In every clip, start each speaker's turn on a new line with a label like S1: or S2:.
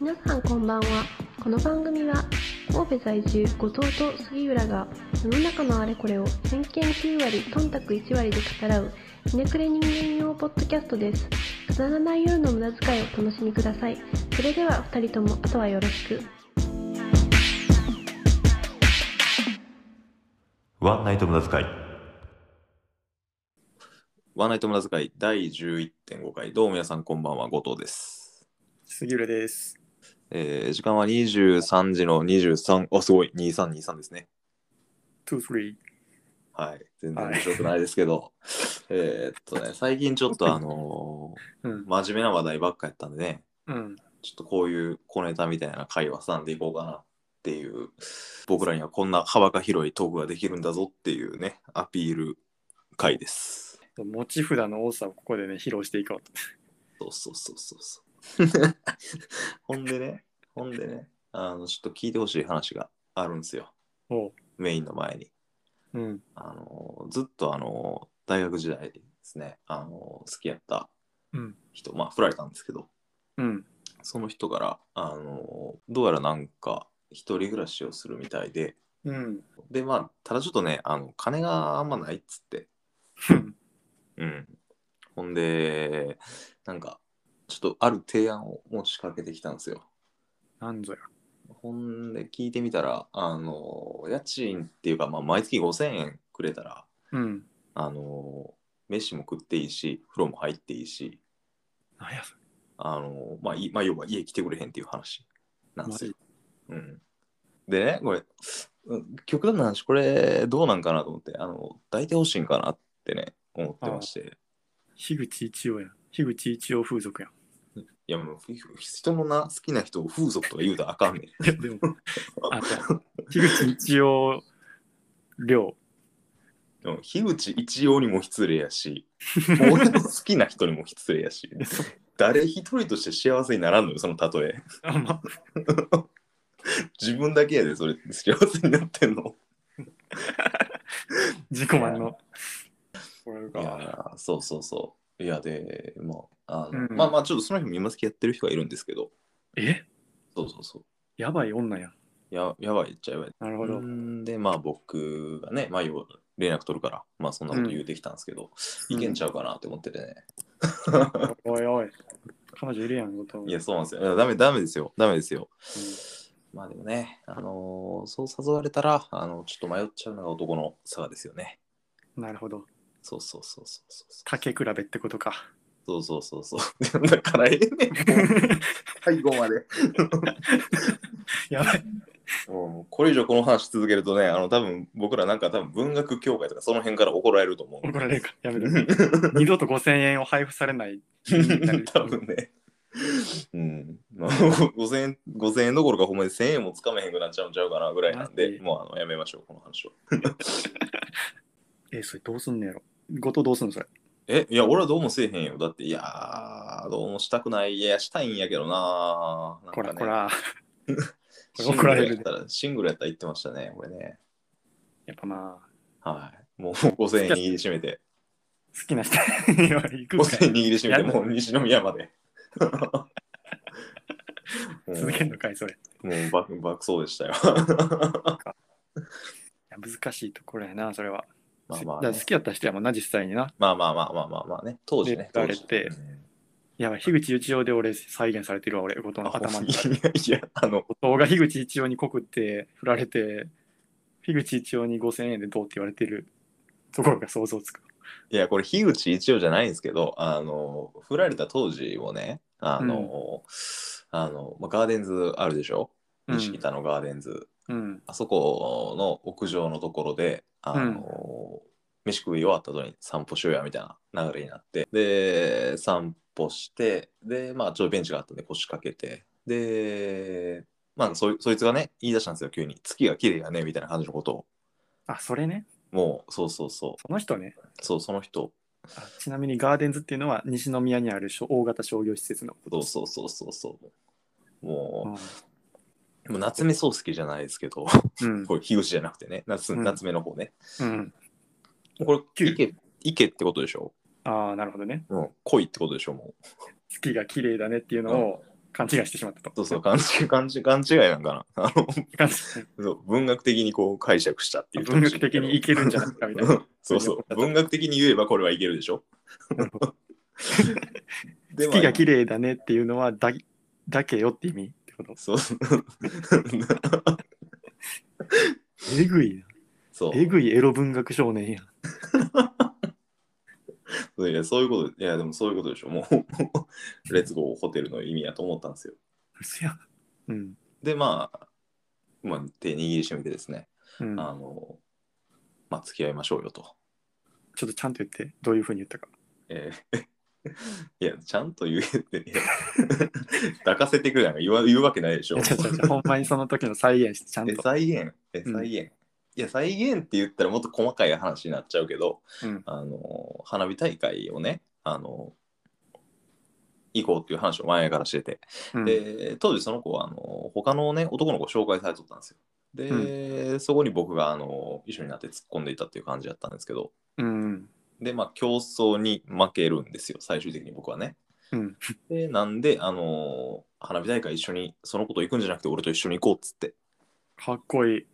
S1: 皆さんこんばんはこの番組は神戸在住後藤と杉浦が世の中のあれこれを偏見9割忖度1割で語らうひねくれ人間用ポッドキャストですくだらない夜の無駄遣いをお楽しみくださいそれでは2人ともあとはよろしく
S2: ワンナイト無駄遣い。
S3: ワンナイト無駄遣い第11.5回、どうも皆さんこんばんは、後藤です。
S4: 杉浦です。
S3: えー時間は23時の23、あ、すごい、2323ですね。
S4: 2、3。
S3: はい、全然面白くないですけど、えーっとね、最近ちょっとあの
S4: うん
S3: ー。真面目な話題ばっかやったんでね、
S4: うん。
S3: ちょっとこういう小ネタみたいな会話挟んでいこうかなっていう、僕らにはこんな幅が広いトークができるんだぞっていうね、アピール会です。
S4: 持ち札の多さをここでね、披露していこうと。
S3: そうそうそうそうそう。ほんでね、ほんでね、あの、ちょっと聞いてほしい話があるんですよ。
S4: おう。
S3: メインの前に。
S4: うん。
S3: あの、ずっとあの、大学時代ですね、あの、好きやった
S4: うん。
S3: 人、まあ、振られたんですけど、
S4: うん。
S3: その人から、あの、どうやらなんか、一人暮らしをするみたいで、
S4: うん。
S3: で、まあ、ただちょっとね、あの、金があんまないっつって、うん。ほんで、なんか、ちょっとある提案を持ちかけてきたんですよ。
S4: なんぞや。
S3: ほんで聞いてみたら、あの、家賃っていうか、まあ、毎月5000円くれたら、
S4: うん。
S3: あの、飯も食っていいし、風呂も入っていいし、
S4: なんやそれ。
S3: あの、まあ、いまあ、要は家来てくれへんっていう話なんですよ。
S4: マ
S3: うん。でね、これ、うん極端な話、これどうなんかなと思って、あの、抱いてほしいんかなってね、思ってまして。
S4: ジ樋口一葉や。樋口一葉風俗や。
S3: いやもう、ひ人のな、好きな人を風俗とか言うたらあかんねん。
S4: いや、 でも、あ、じゃあ樋口一葉亮。
S3: でも樋口一葉にも失礼やし、もう俺の好きな人にも失礼や し、誰一人として幸せにならんのよ、その例え。
S4: あ、ま、
S3: 自分だけやで、それ、幸せになってんの。
S4: 自己満の。これ
S3: いや、そうそうそう。いや、で、まあ、あの
S4: うん
S3: まあまあ、ちょっとその日も今好きやってる人がいるんですけど、
S4: え
S3: そうそうそう。
S4: やばい女や。
S3: ややばいっちゃやばい。
S4: なるほど。
S3: んで、まあ僕がね、まあ要は連絡取るから、まあそんなこと言うてきたんですけど、
S4: うん
S3: いけんちゃうかなって思っててね。
S4: おいおい。彼女いるやん、後藤。
S3: いや、そうなんですよ。いやダメ、ダメですよ。ダメですよ。まあでもね、あのーそう誘われたら、あの、ちょっと迷っちゃうのが男の差ですよね。
S4: なるほど。
S3: そうそうそうそうそう。
S4: 竹比べってことか。
S3: そうそうそうそう。 だからええねん。最後まで。
S4: やばい。
S3: もうこれ以上この話続けるとね、あの、多分僕らなんか多分文学協会とかその辺から怒られると思う。
S4: 怒られるか。やめろ。二度と5000円を配布されない。
S3: 多分ね。うん、まあ5000円5000円どころかほんまに1000円もつかめへんくなっちゃうんちゃうかなぐらいなん
S4: マ
S3: で
S4: ジ
S3: もうあのやめましょうこの話は
S4: え、それどうすんねやろ。後藤どうすんのそれ。
S3: え、いや、俺はどうもせえへんよ。だって、いやー、どうもしたくない。いや、したいんやけどなー。なん
S4: こ
S3: からね
S4: こら。こ
S3: シン
S4: れ怒
S3: グ
S4: ら
S3: ル
S4: れ
S3: やっ
S4: る。
S3: たら、シングルやったら言ってましたね、これね。
S4: やっぱまあ、
S3: はい。 もう5000円握りしめて、
S4: 好きな人 には行くん
S3: 5000
S4: か
S3: 円握
S4: い。
S3: りしめて、もう西宮ま で。も
S4: 続けんのかい、それ。いう
S3: もう爆爆走でしたよ。
S4: や難しいところやな、それは。
S3: まあ
S4: だ
S3: ま
S4: か
S3: あ、
S4: ら
S3: ね
S4: 好、きやった人やもんな、実際にな。
S3: まあまあまあまあまあまあね、当時ね
S4: で。言われて
S3: 当時うん
S4: やばい、樋口一葉で俺再現されてるわ、俺、後藤の頭の
S3: い
S4: 中で。
S3: やいや、あの、
S4: 後藤が樋口一葉に告って、振られて、樋口一葉に5000円でどうって言われてるところが想像つく。
S3: いや、これ、樋口一葉じゃないんですけど、あの、振られた当時もね、あの、あの、まあ、ガーデンズあるでしょ
S4: うん
S3: 西北のガーデンズ。
S4: うん。
S3: あそこの屋上のところで、あの、飯食い終わった後に散歩しようや、みたいな流れになって。で、散歩して、で、まあ、ちょっとベンチがあったんで腰掛けて。で、まあ、そいそいつがね、言い出したんですよ、急に。月が綺麗やね、みたいな感じのことを。
S4: あ、それね。
S3: もう、そうそうそ
S4: その人ね。
S3: う。そう、その人。
S4: あちなみにガーデンズっていうのは西宮にある商大型商業施設のこと
S3: そう
S4: です。
S3: そうそうそうそう。も
S4: うん
S3: う、もう夏目漱石じゃないですけど、
S4: うん
S3: これ、樋口じゃなくてね、夏,、
S4: うん
S3: 夏目の方ね。
S4: うん、
S3: これ、池池ってことでしょ
S4: ああ、なるほどね。
S3: うん。恋ってことでしょも
S4: 月が綺麗だねっていうのを、
S3: う。
S4: 勘違いしてしまっ たと。
S3: そうそう、勘違い、勘違い、勘違いなんかな。 あの、
S4: 勘違い
S3: そう文学的にこう解釈したっていう。
S4: 文学的にいけるんじゃないかみたいな。
S3: そうそう。文学的に言えばこれはいけるでしょ。で
S4: 月が綺麗だねっていうのはだだけよって意味ってこと。
S3: そう。
S4: えぐいな。
S3: そう
S4: えぐいエロ文学少年やん。
S3: そういやそういうこと、いや、でもそういうことでしょ。もう、もう レッツゴーホテルの意味やと思ったんですよ。
S4: 嘘やん。うん。
S3: で、まあ、まあ、手握りしめてですね、
S4: うん、
S3: あの、まあ、付き合いましょうよと。
S4: ちょっとちゃんと言って、どういうふうに言ったか。
S3: えー いや、ちゃんと言えって、いや 抱かせてくれなんか言わ言うわけないでし
S4: い
S3: ょ
S4: や。ちょちょちょほんまにその時の再現して、ちゃん
S3: え、
S4: と。
S3: 再現え、
S4: うん
S3: 再現、いや、再現って言ったらもっと細かい話になっちゃうけど、
S4: うん
S3: あの、花火大会をね、あの、行こうっていう話を前からしてて、
S4: うん
S3: で当時その子はあの他のね男の子を紹介されとったんですよで、そこに僕があの一緒になって突っ込んでいたっていう感じだったんですけど
S4: うん。
S3: でまあ競争に負けるんですよ最終的に僕はね
S4: うん。
S3: でなんであの花火大会一緒にその子と行くんじゃなくて俺と一緒に行こうっつって
S4: かっこいい。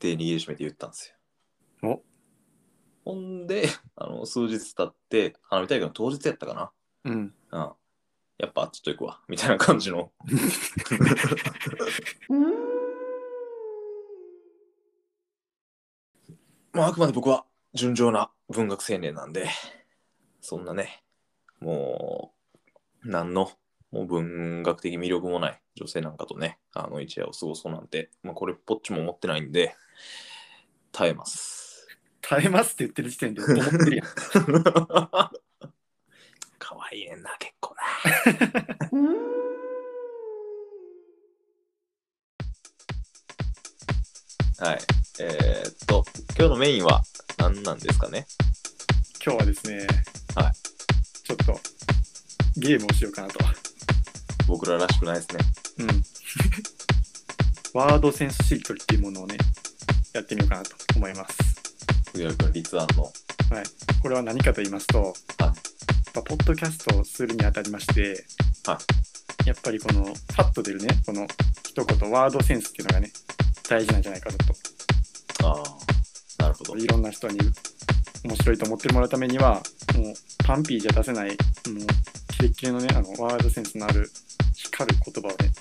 S3: で握りしめて言ったんですよ
S4: お
S3: ほんで あの数日経って花火大会の当日やったかな
S4: うん。
S3: うんやっぱあっちと行くわみたいな感じのまあ、あくまで僕は純情な文学青年なんで、そんなね、もう、何の、もう文学的魅力もない女性なんかとね、あの一夜を過ごそうなんて、まあ、これっぽっちも思ってないんで、耐えます。
S4: 耐えますって言ってる時点で思ってるやん。
S3: 可愛いねんな、結構な。はい。えーっと、今日のメインは何なんですかね
S4: 今日はですね、
S3: はい
S4: ちょっとゲームをしようかなと。
S3: 僕ららしくないですね。
S4: うん。 ワードセンスしりとりっていうものをね、やってみようかなと思います。
S3: 藤原君、立案の。
S4: これは何かと言いますと、やっぱポッドキャストをするにあたりまして、
S3: は
S4: やっぱりこのパッと出るね、この一言ワードセンスっていうのがね、大事なんじゃないかなと。
S3: ああ、なるほど。
S4: いろんな人に面白いと思ってもらうためにはもうパンピーじゃ出せないもうキレッキレのねあのワールドセンスのある光る言葉をね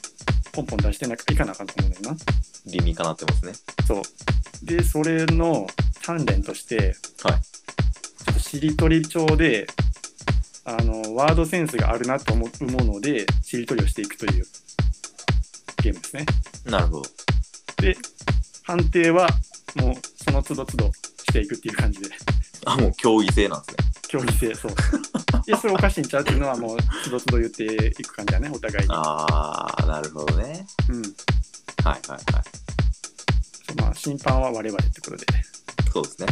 S4: ポンポン出してなきゃいかなあかんと思うんだよな
S3: 理にかなってますね。
S4: そうでそれの鍛錬として、
S3: はい
S4: ちょっとしりとり帳であのワードセンスがあるなと思うものでしりとりをしていくというゲームですね
S3: なるほど。
S4: で判定はもうその都度都度していくっていう感じで
S3: あ、もう競技性なんですね。
S4: 競技 性そういやそれおかしいんちゃうっていうのはもうつどつど言っていく感じだねお互いに
S3: ああ、なるほどね。
S4: うんそ
S3: はいはいは
S4: うまあ審判は我々ってことで
S3: い。そうですね。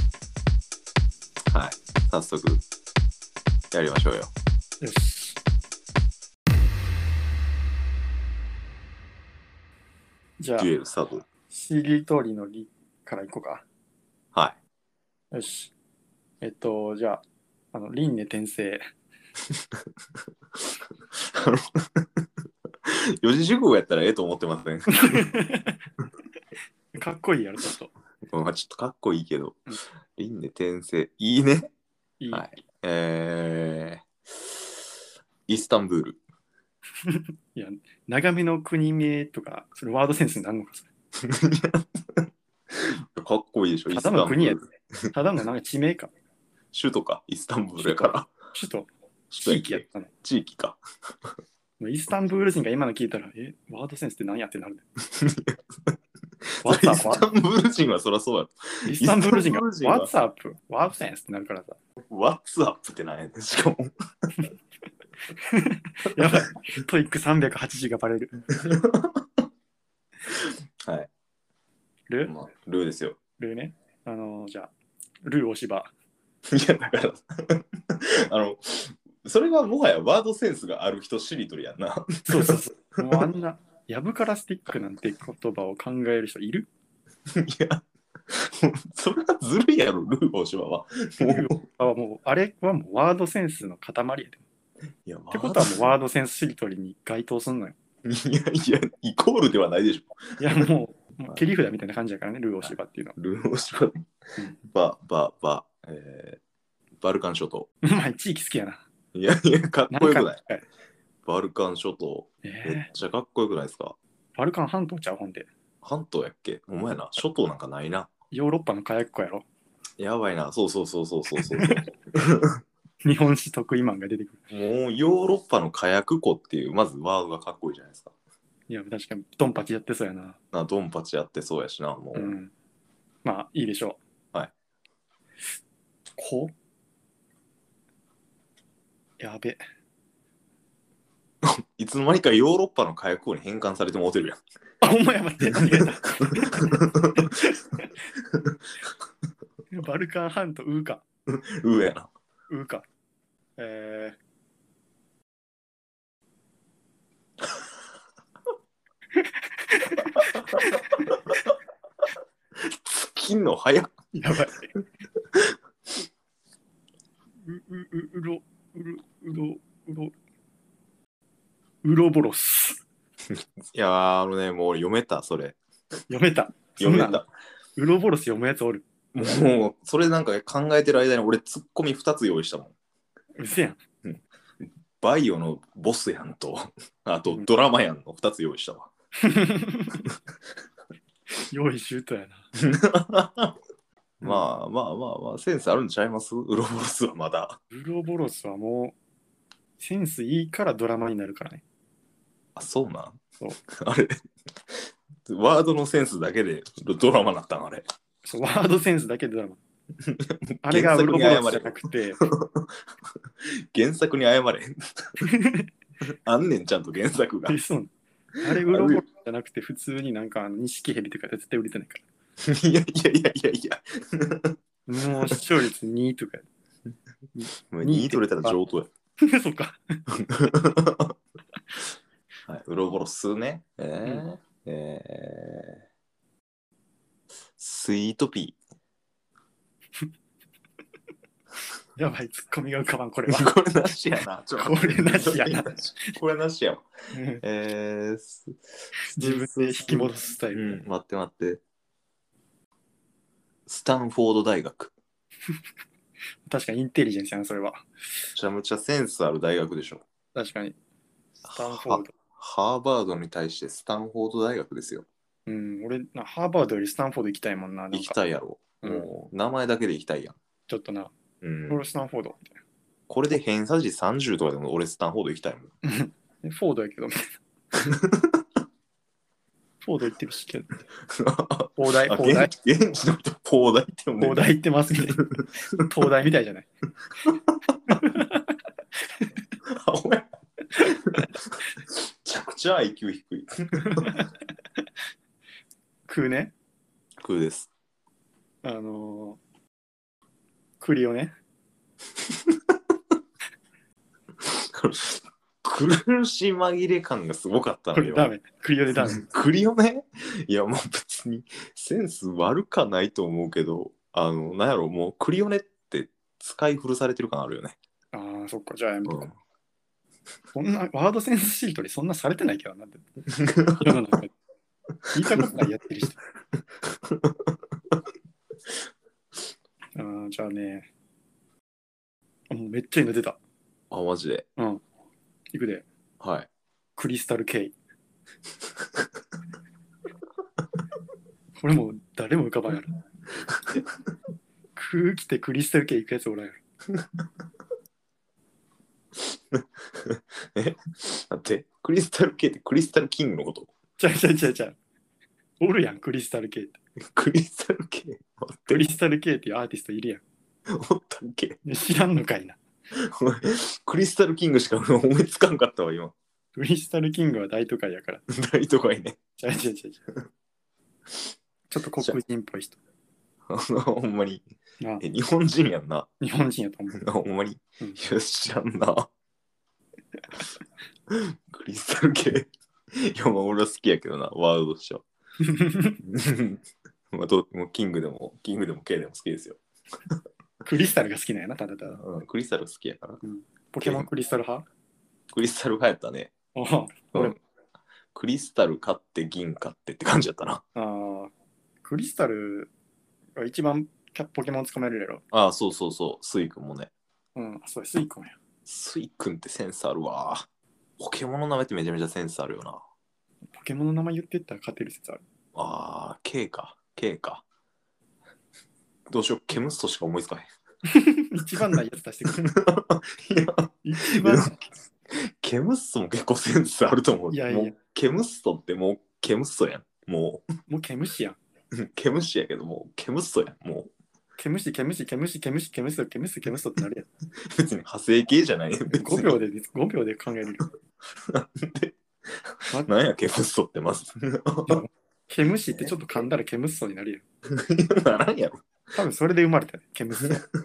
S3: はい。早速、やりましょうよ。
S4: よしじゃあ
S3: デュエルスタート。
S4: しりとりのりからいこうか
S3: は
S4: よしえっとじゃああの輪廻転生
S3: い。あの 四字熟語やったらええと思ってません、
S4: かっこいいやろちょっと
S3: まあちょっとかっこいいけど
S4: うん。
S3: 輪廻転生。いいね。
S4: いい、
S3: はい。えー、イスタンブール。
S4: い、や長めの国名とかそれワードセンスになるのかそ
S3: かっこいいでしょ、
S4: れ
S3: イ
S4: た
S3: スタン
S4: だ
S3: ブ
S4: の国
S3: ー
S4: や
S3: ル。
S4: でただのなんか地名か
S3: 首都か、イスタンブールやから。
S4: ちょっと地
S3: 首
S4: 域
S3: 都
S4: やっ
S3: やっけ
S4: たの
S3: 地域か。
S4: もうイスタンブール人が今の聞いたら、え、ワードセンスって何やってな るね。
S3: イ
S4: What's
S3: ス
S4: up?
S3: タンブール人はそりゃそうや。
S4: イスタンブール人が
S3: イスタンブール
S4: What's up? ワードセンスってなるからさ。
S3: What's up ってなんやねん。しかも。
S4: やばい。トイック380がバ レる。
S3: はい。
S4: ル
S3: まあ、ルーですよ。
S4: ルね。あのー、じゃあ、ルーお芝。
S3: いや、だから、 あの、それはもはやワードセンスがある人しりとりやんな。
S4: そうそうそう。もうあんな、やぶからスティックなんて言葉を考える人いる
S3: いや、もうそれはずるいやろ、ルー大島は。もう
S4: あ、もう、あれはもうワードセンスの塊やで。
S3: いや、っ
S4: ってことはもうワードセンスしりとりに該当すんのよ。
S3: いやいや、イコールではないでしょ。
S4: いやもう、もう切り札みたいな感じだからね、ルーオシバっていうのは。
S3: ルーオシバ、バ、バ、バ、えー、バルカン諸島。
S4: まあ、地域好きやな。
S3: いやいや、かっ
S4: なん
S3: こよ
S4: か
S3: くない。バルカン諸島、めっ
S4: え
S3: ちゃかっこよくないですか。
S4: ーバルカン半島ちゃうほんで。
S3: 半島やっけお前な、諸島なんかないな。
S4: ヨーロッパの火薬庫やろ。
S3: やばいな、そうそうそうそうそうそう。
S4: 日本史得意マンが出てくる。
S3: もうヨーロッパの火薬庫っていう、まずワードがかっこいいじゃないですか。
S4: いや、確かにドンパチやってそうやな。
S3: なドンパチやってそうやしな、もう。
S4: うん。まあ、いいでしょう。
S3: はい。
S4: こやべ。
S3: いつの間にかヨーロッパの火薬庫に変換されてもうてるやん。
S4: あ、ほんまやばって。 バルカン半島ウーカ。
S3: うやな。
S4: ウーカ。えー。
S3: 金の早っ。
S4: やばい。う、う、う、うろ、うろ、うろ、うろ。うろぼろす。
S3: いやー、あのね、もう読めた、それ。
S4: 読めた。
S3: 読め
S4: そんなん
S3: た。。
S4: うろぼろす読むやつおる。
S3: もう、それなんか考えてる間に俺、ツッコミ2つ用意したもん。
S4: うせやん。
S3: バイオのボスやんと、あとドラマやんの2つ用意したわ。
S4: 用意周到やな。
S3: まあまあまあまあ、センスあるんちゃいますウロボロスはまだ。
S4: ウロボロスはもう、センスいいからドラマになるからね。
S3: あ、そうなん
S4: そう
S3: あれワードのセンスだけでドラマなったんあれ。
S4: そうワードセンスだけでド ラマ。あれがウロボロスじゃなくて、
S3: 原作に謝れ。 あんねん、ちゃんと原作 が。
S4: えそうあれウロボロスじゃなくて、普通になんかあの、錦蛇とか絶対売れてないから。
S3: いやいやいやいやいや。
S4: もう視聴率2とか。
S3: 2位取れたら上等や。
S4: そうか。
S3: はい、ウロボロスね。えー
S4: うん
S3: えースイートピ
S4: やばい、ツッコミが浮かばん、これ は。
S3: ー。これなしやな。ちょ
S4: これなしやな。
S3: これなしやわ。
S4: うん
S3: えー、す
S4: 自分で引き戻すスタイ
S3: う
S4: ル。
S3: ん、待って待って。スタンフォード大学。
S4: 確かにインテリジェンスやな、それは。
S3: めちゃめちゃセンスある大学でしょ。
S4: 確かに。スタンフォード。
S3: ハーバードに対してスタンフォード大学ですよ。
S4: うん、俺な、ハーバードよりスタンフォード行きたいもんな。なんか
S3: 行きたいやろ。
S4: うん
S3: もう名前だけで行きたいやん。
S4: ちょっとな、
S3: うん、
S4: 俺スタンフォードみたい
S3: これで偏差値30とかでも俺スタンフォード行きたいもん。
S4: な。えフォードやけど、みたい な。フォード行ってるし、けど。東大、
S3: あ
S4: 東大、
S3: 現現地の人、東大って呼んで
S4: 東
S3: る
S4: 大行ってますみたい な。東大みたいじゃない。
S3: あお前めちゃくちゃ IQ 低い。
S4: 空ね、
S3: 空です。
S4: あのー、栗をね、
S3: 苦し紛れ感がすごかった
S4: こ
S3: の
S4: れ
S3: よ。
S4: ダメ、栗をでダメ。
S3: クリオねいやもう別にセンス悪かないと思うけどあのなんやろもうクリオネって使い古されてる感あるよね、
S4: ああ、そっか、じゃあやめ
S3: う
S4: と
S3: ん
S4: こう。そんな、ワードセンスしりとりそんなされてないけどなって。世の中で聞いたことないやってる人。あーじゃあね、あもうめっちゃいいの出た。
S3: あマジで
S4: いくで。
S3: はい
S4: クリスタルケイ。これもう誰も浮かばんやろ。空気てクリスタルケイ行くやつおらんやろ。
S3: だってクリスタル系ってクリスタルキングのこと
S4: ちゃうちゃうちゃうちゃう。おるやん、クリスタルケイって。
S3: クリスタル系おっ
S4: ク
S3: て
S4: リスタルケイっていうアーティストいる
S3: おったっけ
S4: やん。知らんのかいな。
S3: お前クリスタルキングしか思いつかんかったわ今
S4: クリスタルキングは大都会やから。
S3: 大都会ね
S4: ちゃうちゃうちゃうちゃう。ちょっと黒人っぽい人。
S3: あのほんまに
S4: な
S3: え日本人やんな
S4: 日本人やと思う。
S3: あ ほんまにい
S4: うん
S3: や知らんな。クリスタル系。いや、まあ俺は好きやけどな、ワールドとしては。 まあどうもうキングでも、キングでも K でも好きですよ。
S4: クリスタルが好きなんやな、ただただ。
S3: うん、クリスタル好きやから。
S4: ポケモンクリスタル派
S3: クリスタル派やったね。
S4: あー
S3: う
S4: 俺
S3: んクリスタル買って銀買ってって感じやったな。
S4: あークリスタルが一番キャポケモン捕まえるやろ。
S3: ああ、そうそうそう、スイ君もね。
S4: うん、あそうやスイコンや。
S3: スイ君ってセンスあるわ。ポケモンの名前ってめちゃめちゃセンスあるよな。
S4: ポケモンの名前言ってったら勝てる説ある。
S3: ああ、K か、K か。どうしよう、ケムストしか思いつか
S4: 一番ないやつ出してくる。
S3: へ ん。いや、
S4: 一番ない。
S3: ケムストも結構センスあると思う。
S4: いやいや
S3: もうケムストってもうケムストやん。も
S4: もう毛虫やん。
S3: う、 ケムシやけど、もうケムストやん。もう、
S4: 毛虫、毛虫、毛虫、毛虫、毛虫、毛虫、毛虫ってなる
S3: 別に派生系じ ゃない。
S4: やん。
S3: 別
S4: 5
S3: に
S4: 秒で、5秒で考えれる。
S3: なんで
S4: ま
S3: なんや、ケムストってます。
S4: 毛虫ってちょっと噛んだら毛虫そうになるや ん。
S3: ならんやろ。
S4: 多分それで生まれたね、ケムスト。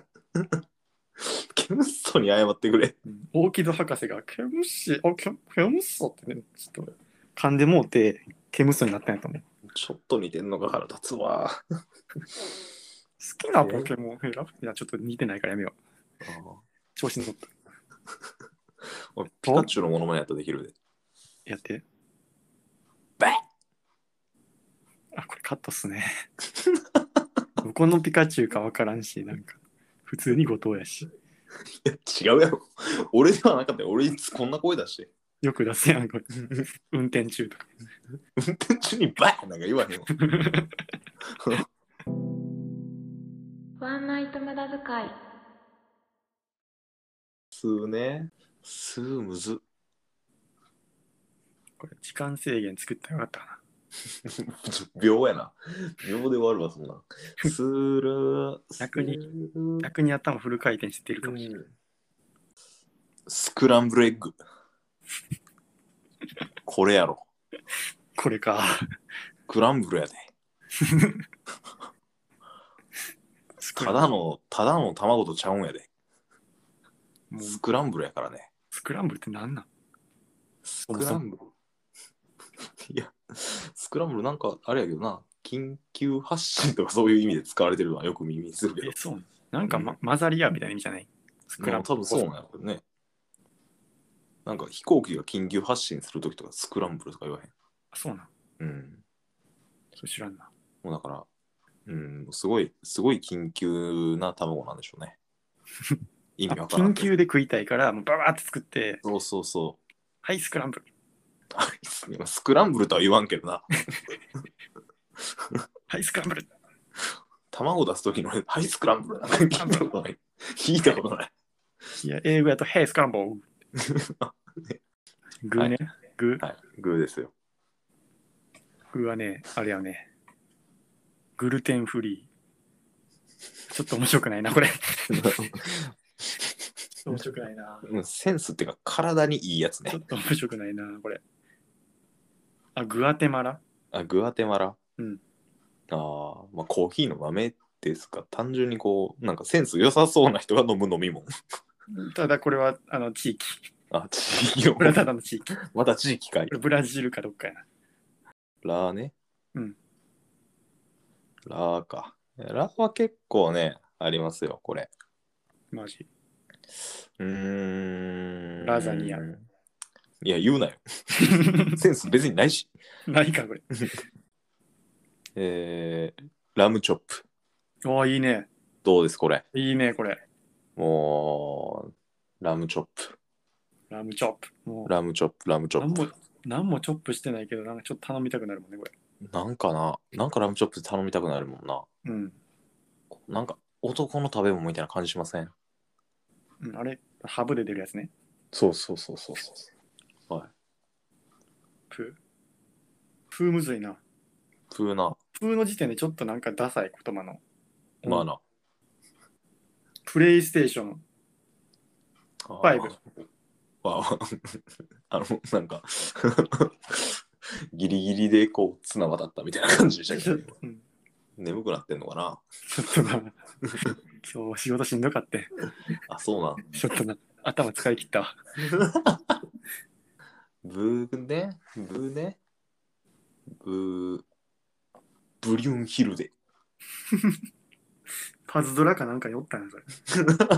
S3: ケムストに謝ってくれ。
S4: うんオーキッド博士が、ケムシ、あ、ケケムストってね、ちょっと噛んでもうて、ケムストになったんやと思う。
S3: ちょっと似てんのが腹立つわ。
S4: 好きなポケモン選ぶいや、ちょっと似てないからやめよう。調子に乗った。
S3: おいピカチュウのモノマネやったらできるで。
S4: やって。
S3: バッ
S4: あ、これカットっすね。どこのピカチュウかわからんし、なんか、普通に後藤やし。
S3: いや違うやろ。俺ではなかったよ。俺いつこんな声出して。
S4: よく出すやん、これ。運転中とか。
S3: 運転中にバーンなんか言わへんわ。
S1: ワンナイト無駄遣い。
S3: スーね。スームズ。
S4: これ、時間制限作ったらよかったな。
S3: 秒やな。秒で終わるわ、そんなん。スールー。
S4: 逆に
S3: スールー
S4: 逆に頭フル回転して出るかもしれない。
S3: スクランブルエッグ。これやろ。
S4: これか。
S3: クランブルやで。ただの、ただの卵とちゃうんやで。
S4: もう
S3: スクランブルやからね。
S4: スクランブルってなんなん
S3: スクランブル。 いや、スクランブルなんかあれやけどな、緊急発進とかそういう意味で使われてるのはよく耳にするけど
S4: え、。そうなんか、ま、混ざり合うみたいな意味じゃないスクラン
S3: まあ多分そうなんやろうね。なんか飛行機が緊急発進するときとかスクランブルとか言わ
S4: あそうなん。
S3: へん。うん。
S4: そう知らんな。
S3: もうだから、うん、すごい、すごい緊急な卵なんでしょう ね。意味
S4: あ
S3: わからん
S4: 緊
S3: けど。
S4: 急で食いたいから、もうババーって作って、
S3: そうそうそ
S4: はい、スクランブル。
S3: うあいや。スクランブルとは言わんけどな。
S4: はい、スクランブル。
S3: 卵出すときの、ハイスクランブルなんか聞いたことない。聞いたことない。
S4: いや、英語やと、ヘイスクランブ ル。グーね。グー。
S3: はい、グーですよ。
S4: グーはね、あれやね。グルテンフリー。ちょっと面白くないな、これ。面白くないな。
S3: うん センスっていうか、体にいいやつ
S4: ちょ
S3: ね
S4: っ。と面白くないな、これ。あ、グアテマラ
S3: あ、グアテマラ。
S4: うん
S3: ああ、まあ、コーヒーの豆ですか。単純にこう、なんかセンス良さそうな人が飲む飲み物。
S4: ただこれは、あの、地域。
S3: あ、地域を
S4: これはただの地域。こ
S3: また地域かい
S4: れ。ブラジルかどっかやな。
S3: ラーね。
S4: うん。
S3: ラーか。ラーは結構ね、ありますよ、これ。
S4: マジ。
S3: うーん。
S4: ラザニア。
S3: いや、言うなよ。センス別にないし。
S4: ないか、これ。
S3: えー、ラムチョップ。
S4: おーいいね。
S3: どうです、これ。
S4: いいね、これ。
S3: もう、ラムチョップ。
S4: ラムチョップ。も
S3: ラムチョップ、ラムチ
S4: う、
S3: ョ
S4: なん
S3: ップ。
S4: も、なんもチョップしてないけど、なんかちょっと頼みたくなるもんね、これ。
S3: なんかな、なんかラムチョップ頼みたくなるもんな。
S4: うん。
S3: なんか男の食べ物みたいな感じしません
S4: うん、あれ、ハブで出るやつね。
S3: そうそうそうそうそう。はい。
S4: プー。プーむずいな。
S3: プーな、
S4: プーの時点でちょっとなんかダサい言葉の。
S3: まあな。
S4: プレイステーション。
S3: フ
S4: ァイブ
S3: あ ーあの、なんか、ギリギリでこう、綱渡ったみたいな感じでしたけど、
S4: うん
S3: 眠くなってんのかな
S4: ちょっとな。今日仕事しんどかって。
S3: あ、そうなん。
S4: ちょっとな。頭使い切ったわ。
S3: ブーね、ブーね、ブー、ブリュンヒルデ。
S4: パズドラかなんかにおったんや、それ。パズ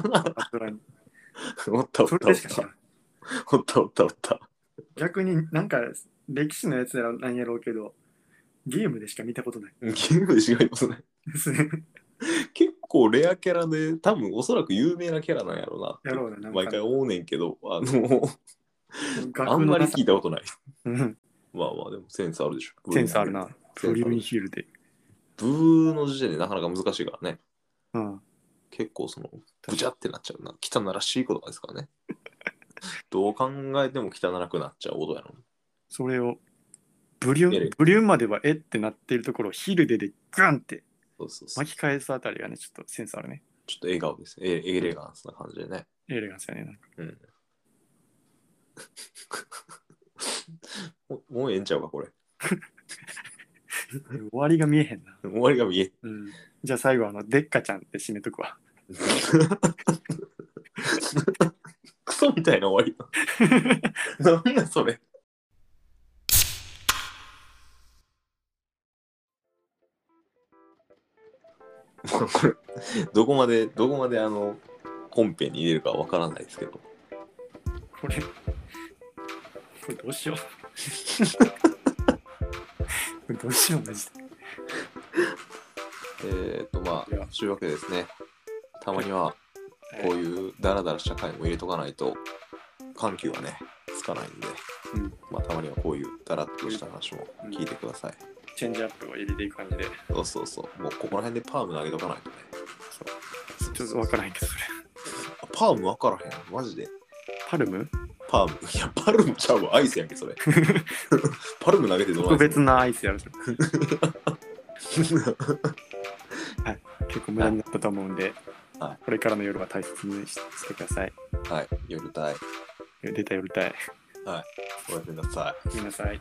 S4: ドラに。
S3: おったおっ
S4: そ
S3: た
S4: れ
S3: お
S4: で
S3: っ
S4: しか知ら
S3: た
S4: ん。
S3: おったおったおった。
S4: 逆になんか歴史のやつやらなんやろうけど、ゲームでしか見たことない
S3: ゲームで違いますね。
S4: ですね。
S3: 結構レアキャラで、多分おそらく有名なキャラなんやろうなって
S4: やろうな、なんか。
S3: 毎回思うねんけど、あの、
S4: 学
S3: あんまり聞いたことない。
S4: うん、
S3: まあまあ、でもセンスあるでしょ。
S4: センスあるな。。
S3: ブ
S4: ブ
S3: リュ
S4: リュ
S3: ーイ
S4: ーイ
S3: ン
S4: ンヒールで。
S3: ブーの時点でなかなか難しいからね。
S4: うん。
S3: 結構その、ブチャってなっちゃうな。汚らしい言葉です からね。どう考えても汚らくなっちゃうことやろ。
S4: それを、ブリュ
S3: やる
S4: ー、ブリューまではえってなってるところをヒルででガンって
S3: そうそうそう。
S4: 巻き返すあたりがね、ちょっとセンスあるね。
S3: ちょっと笑顔ですね。エエレガンスな感じでね。
S4: エレガンスやね。なんか
S3: うん。もうもうええんちゃうか、これ。
S4: 終わりが見えへんな。
S3: 終わりが見えん。
S4: うん。じゃあ最後、あの、デッカちゃんって締めとくわ。
S3: クソみたいな終わり。なんだそれ。もうこれどこまでどこまであのコンペに入れるかわからないですけど
S4: これ、これど う しよう。これどうしよう、マジで。
S3: えっ、とま
S4: いや
S3: あそういうわけでですねたまにはこういうダラダラした回も入れとかないと緩急はねつかないんで、
S4: うん
S3: まあたまにはこういうダラっとした話も聞いてください、
S4: チェンジアップを入れていく感じで、
S3: そうそうそう。もうここら辺でパーム投げとかないとね。
S4: ちょっとわからへんけど、それ。
S3: パーム分からへん。マジで。
S4: パルム
S3: パーム。いや、パルムちゃうわ。アイスやんけ、そ れ。パルム投げてど
S4: 特
S3: うない
S4: 別なアイスやる。 結構無駄になったと思うんで、
S3: は
S4: これからの夜は大切にししてください。
S3: はい。夜たい。
S4: 出た夜たい。
S3: おやすみなさい。
S4: ごめんなさい。